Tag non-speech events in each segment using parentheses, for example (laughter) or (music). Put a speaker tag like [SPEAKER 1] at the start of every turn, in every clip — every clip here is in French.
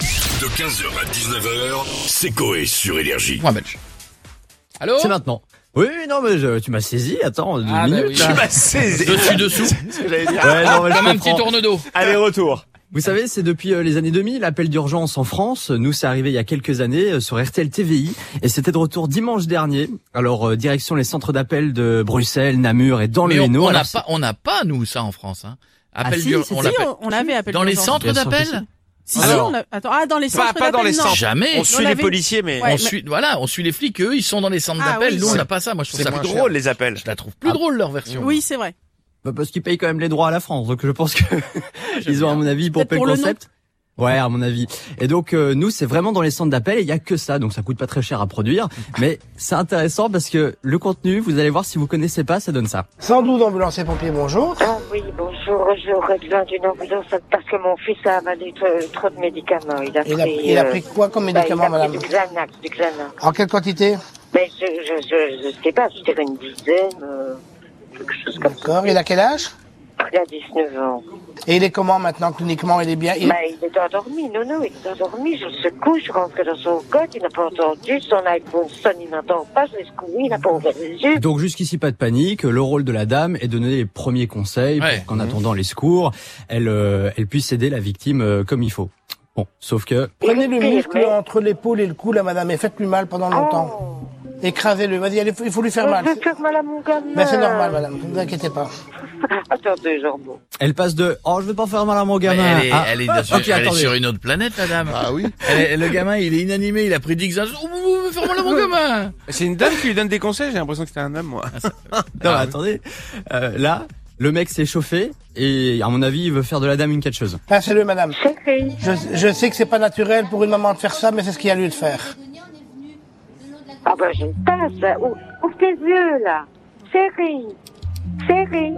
[SPEAKER 1] De 15h à 19h, c'est Coé sur Énergie.
[SPEAKER 2] Point belge. Allô
[SPEAKER 3] C'est maintenant. Oui, non, mais je- tu m'as saisi, attends, deux
[SPEAKER 2] Oh. Ah, bah
[SPEAKER 3] minutes.
[SPEAKER 2] oui.
[SPEAKER 3] là.
[SPEAKER 2] (laughs) Dessus, dessous,
[SPEAKER 3] Ouais, non, mais je
[SPEAKER 2] comme un
[SPEAKER 3] comprends.
[SPEAKER 2] petit tourne-dos.
[SPEAKER 4] Aller-retour.
[SPEAKER 3] Vous savez, c'est depuis euh, les années 2000, l'appel d'urgence en France. Nous, c'est arrivé il y a quelques années euh, sur RTL TVI et c'était de retour dimanche dernier. Alors, euh, direction les centres d'appel de Bruxelles, Namur et dans
[SPEAKER 2] Mais
[SPEAKER 3] le
[SPEAKER 2] on-
[SPEAKER 3] Hainaut.
[SPEAKER 2] on n'a
[SPEAKER 3] Alors,
[SPEAKER 2] pas, on n'a pas, nous, ça, en France. Hein.
[SPEAKER 5] Ah
[SPEAKER 2] Appel
[SPEAKER 5] si,
[SPEAKER 2] dur-
[SPEAKER 5] si,
[SPEAKER 2] on
[SPEAKER 5] si,
[SPEAKER 2] l'appelle.
[SPEAKER 5] on l'avait appel
[SPEAKER 2] Dans les
[SPEAKER 5] d'urgence.
[SPEAKER 2] centres
[SPEAKER 3] Bien sûr que
[SPEAKER 2] d'appel
[SPEAKER 5] Si,
[SPEAKER 3] Alors-
[SPEAKER 5] si, on l'a- attends, ah, dans les
[SPEAKER 4] Pas,
[SPEAKER 5] centres
[SPEAKER 4] Bah, pas dans
[SPEAKER 5] d'appel,
[SPEAKER 4] les
[SPEAKER 5] non.
[SPEAKER 4] centres.
[SPEAKER 2] Jamais.
[SPEAKER 4] On suit
[SPEAKER 5] avait-
[SPEAKER 4] les policiers, mais
[SPEAKER 5] Ouais,
[SPEAKER 2] on
[SPEAKER 5] mais-
[SPEAKER 2] suit, voilà, on suit les flics, eux, ils sont dans les centres
[SPEAKER 5] Ah,
[SPEAKER 2] d'appel.
[SPEAKER 5] oui,
[SPEAKER 2] Nous, on
[SPEAKER 5] c'est-
[SPEAKER 2] n'a pas ça. Moi, je trouve
[SPEAKER 4] c'est
[SPEAKER 2] ça
[SPEAKER 4] moins
[SPEAKER 2] plus
[SPEAKER 4] drôle
[SPEAKER 2] drôle.
[SPEAKER 4] les appels.
[SPEAKER 2] Je la trouve plus
[SPEAKER 3] Ah.
[SPEAKER 2] drôle, leur version.
[SPEAKER 5] Oui, c'est vrai.
[SPEAKER 3] Bah, parce qu'ils payent quand même les droits à la France, donc je pense
[SPEAKER 2] (laughs)
[SPEAKER 3] que
[SPEAKER 2] Ah,
[SPEAKER 3] ils ont à mon avis pour
[SPEAKER 5] Peut-être
[SPEAKER 3] le
[SPEAKER 5] pour le nom.
[SPEAKER 3] concept. Ouais, à mon avis. Et donc euh, nous, c'est vraiment dans les centres d'appel et il y a que ça, donc ça coûte pas très cher à produire, mais c'est intéressant parce que le contenu, vous allez voir si vous connaissez pas, ça donne ça.
[SPEAKER 6] 112 ambulanciers pompiers, bonjour.
[SPEAKER 7] Ah oui, bonjour, j'aurais besoin d'une ambulance parce que mon fils a avalé euh, trop de médicaments. Il a
[SPEAKER 6] Il a,
[SPEAKER 7] pris,
[SPEAKER 6] il a
[SPEAKER 7] euh,
[SPEAKER 6] pris quoi comme
[SPEAKER 7] bah, il a
[SPEAKER 6] médicament,
[SPEAKER 7] pris
[SPEAKER 6] madame
[SPEAKER 7] du Xanax, du Xanax.
[SPEAKER 6] En quelle quantité
[SPEAKER 7] Mais je, je, je, je sais pas, je dirais une dizaine, euh, quelque chose comme ça.
[SPEAKER 6] D'accord. Il a quel âge
[SPEAKER 7] Il a 19 ans.
[SPEAKER 6] Et il est comment maintenant cliniquement Il est bien il...
[SPEAKER 7] Bah, il est endormi, non, non, il est endormi. Je le secoue, je rentre dans son code, il n'a pas entendu, son iPhone sonne, il n'entend pas, je l'ai secoué, il n'a pas ouvert les yeux.
[SPEAKER 3] (laughs) Donc jusqu'ici pas de panique. Le rôle de la dame est de donner les premiers conseils
[SPEAKER 2] Ouais.
[SPEAKER 3] pour qu'en attendant les secours, elle euh, elle puisse aider la victime euh, comme il faut. Bon, sauf que
[SPEAKER 6] Prenez le
[SPEAKER 7] Pire,
[SPEAKER 6] muscle
[SPEAKER 7] mais-
[SPEAKER 6] entre l'épaule et le cou, là, madame, et faites-lui mal pendant longtemps.
[SPEAKER 7] Oh,
[SPEAKER 6] Écrasez-le. Vas-y, allez, il faut lui faire mal.
[SPEAKER 7] je vais faire mal à mon gamin.
[SPEAKER 6] Ben, c'est normal, madame. Ne vous inquiétez pas.
[SPEAKER 7] Attendez, jambon.
[SPEAKER 3] elle passe de oh je vais pas faire mal à mon
[SPEAKER 2] Mais
[SPEAKER 3] gamin.
[SPEAKER 2] elle est,
[SPEAKER 3] à,
[SPEAKER 2] elle est
[SPEAKER 3] Ah, (laughs)
[SPEAKER 2] dans- sur,
[SPEAKER 3] ok,
[SPEAKER 2] elle est
[SPEAKER 3] attendez.
[SPEAKER 2] sur une autre planète, la dame. Ah oui. le gamin, il est inanimé. Il a pris Dix ans. Oh, vous me faire mal à mon gamin.
[SPEAKER 4] C'est une dame qui lui donne des conseils. J'ai l'impression que c'était un homme, moi.
[SPEAKER 3] Non,
[SPEAKER 2] Ah, oui.
[SPEAKER 3] attendez. Euh, là, le mec s'est chauffé et à mon avis, il veut faire de la dame une catcheuse.
[SPEAKER 6] Pincez-le, madame.
[SPEAKER 7] Chérie,
[SPEAKER 6] Je, je sais que c'est pas naturel pour une maman de faire ça, mais c'est ce qu'il y a lieu de faire.
[SPEAKER 7] ah ben je passe, hein. Ou- ouvre tes yeux là. Chérie, chérie.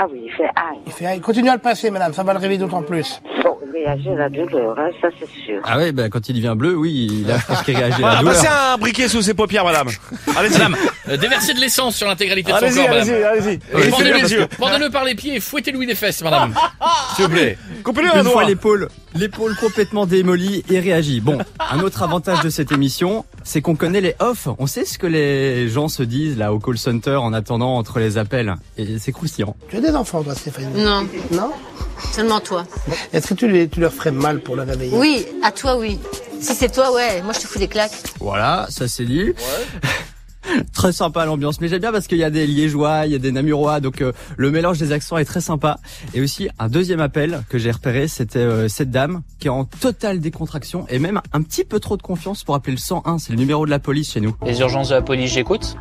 [SPEAKER 7] Ah oui, il fait aïe.
[SPEAKER 6] Il fait, ah, continuez à le pincer, madame. Ça va le réveiller d'autant plus.
[SPEAKER 7] Bon, réagir à la douleur, hein, ça c'est sûr.
[SPEAKER 3] Ah ouais, bah, quand il devient bleu, oui, (laughs) là, je pense qu'il réagit à la
[SPEAKER 4] Ah,
[SPEAKER 3] douleur.
[SPEAKER 4] passez un briquet sous ses paupières, madame. Allez-y.
[SPEAKER 2] Madame, euh, déversez de l'essence sur l'intégralité de son
[SPEAKER 4] Allez-y,
[SPEAKER 2] corps, madame.
[SPEAKER 4] allez-y, allez-y.
[SPEAKER 2] Et Pendez-le
[SPEAKER 4] Et faites-le, parce que-
[SPEAKER 2] pendez-le par les pieds et fouettez-lui des fesses, madame. S'il vous plaît.
[SPEAKER 4] Coupez-le un
[SPEAKER 3] Une fois
[SPEAKER 4] doigt.
[SPEAKER 3] l'épaule, l'épaule complètement démolie et réagit. Bon, un autre avantage de cette émission, c'est qu'on connaît les off. On sait ce que les gens se disent là au call center en attendant entre les appels. Et c'est croustillant.
[SPEAKER 6] Tu as des enfants, toi, Stéphanie
[SPEAKER 8] Non,
[SPEAKER 6] Non
[SPEAKER 8] seulement toi.
[SPEAKER 6] Est-ce que tu, les, tu leur ferais mal pour le réveiller
[SPEAKER 8] Oui, à toi, oui. Si c'est toi, ouais, moi je te fous des claques.
[SPEAKER 3] Voilà, ça c'est dit. (laughs) très sympa l'ambiance, mais j'aime bien parce qu'il y a des Liégeois, il y a des Namurois, donc euh, le mélange des accents est très sympa. Et aussi un deuxième appel que j'ai repéré, c'était euh, cette dame qui est en totale décontraction et même un petit peu trop de confiance pour appeler le 101, c'est le numéro de la police chez nous.
[SPEAKER 9] Les urgences de la police, j'écoute.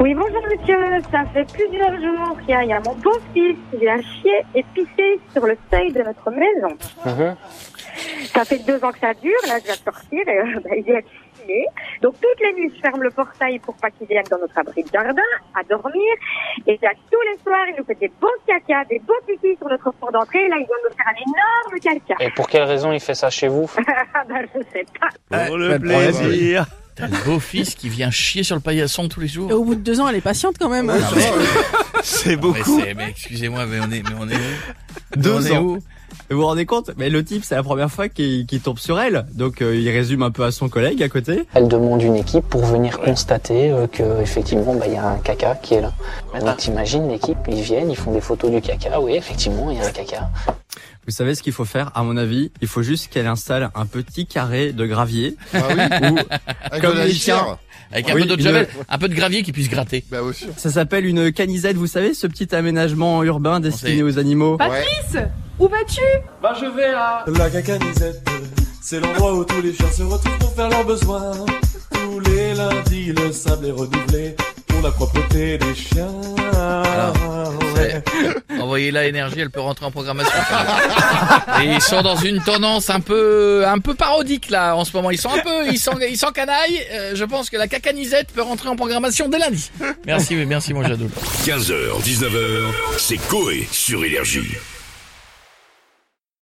[SPEAKER 10] Oui, bonjour monsieur, ça fait plusieurs jours qu'il y a, il y a mon beau-fils qui vient chier et pisser sur le seuil de notre maison. Ça fait deux ans que ça dure, là je viens de sortir et euh, bah, il vient chier. Donc toutes les nuits je ferme le portail pour pas qu'il vienne dans notre abri de jardin à dormir. Et là, tous les soirs il nous fait des beaux caca, des beaux pipis sur notre porte d'entrée. Là il vient de nous faire un énorme caca.
[SPEAKER 9] Et pour quelle raison il fait ça chez vous
[SPEAKER 10] Ah bah je sais pas.
[SPEAKER 4] Pour le
[SPEAKER 3] Ouais,
[SPEAKER 4] plaisir.
[SPEAKER 2] T'as le beau-fils qui vient chier sur le paillasson tous les jours.
[SPEAKER 5] Et au bout de deux ans, elle est patiente quand même. hein.
[SPEAKER 2] Non, mais-
[SPEAKER 4] C'est
[SPEAKER 2] mais
[SPEAKER 4] beaucoup.
[SPEAKER 2] c'est- mais excusez-moi, mais on est, mais on est où
[SPEAKER 3] Deux
[SPEAKER 2] on est
[SPEAKER 3] ans.
[SPEAKER 2] où
[SPEAKER 3] Et Vous vous rendez compte Mais le type, c'est la première fois qu'il qu'il tombe sur elle, donc euh, il résume un peu à son collègue à côté.
[SPEAKER 9] Elle demande une équipe pour venir constater euh, que effectivement bah, il y a un caca qui est là. Maintenant t'imagines l'équipe, ils viennent, ils font des photos du caca, oui effectivement il y a un caca.
[SPEAKER 3] Vous savez ce qu'il faut faire, à mon avis Il faut juste qu'elle installe un petit carré de gravier (laughs) où Comme les chiens.
[SPEAKER 2] Avec un
[SPEAKER 3] Oui,
[SPEAKER 2] peu d'eau de
[SPEAKER 3] une-
[SPEAKER 2] javel, un peu de gravier qui puisse gratter.
[SPEAKER 3] Ça s'appelle une canisette, vous savez, ce petit aménagement urbain destiné
[SPEAKER 2] sait.
[SPEAKER 3] aux animaux.
[SPEAKER 10] Où vas-tu
[SPEAKER 11] La cacanisette, c'est l'endroit où tous les chiens se retrouvent pour faire leurs besoins. Tous les lundis, le sable est renouvelé pour la propreté des chiens.
[SPEAKER 2] c'est- Envoyez la énergie, elle peut rentrer en programmation. Et ils sont dans une tendance un peu, un peu parodique là en ce moment. Ils sont un peu, ils sont, ils sont canailles. Euh, je pense que la cacanisette peut rentrer en programmation dès lundi. Merci, merci mon Jadot.
[SPEAKER 1] 15h, 19h, c'est Coé sur Énergie.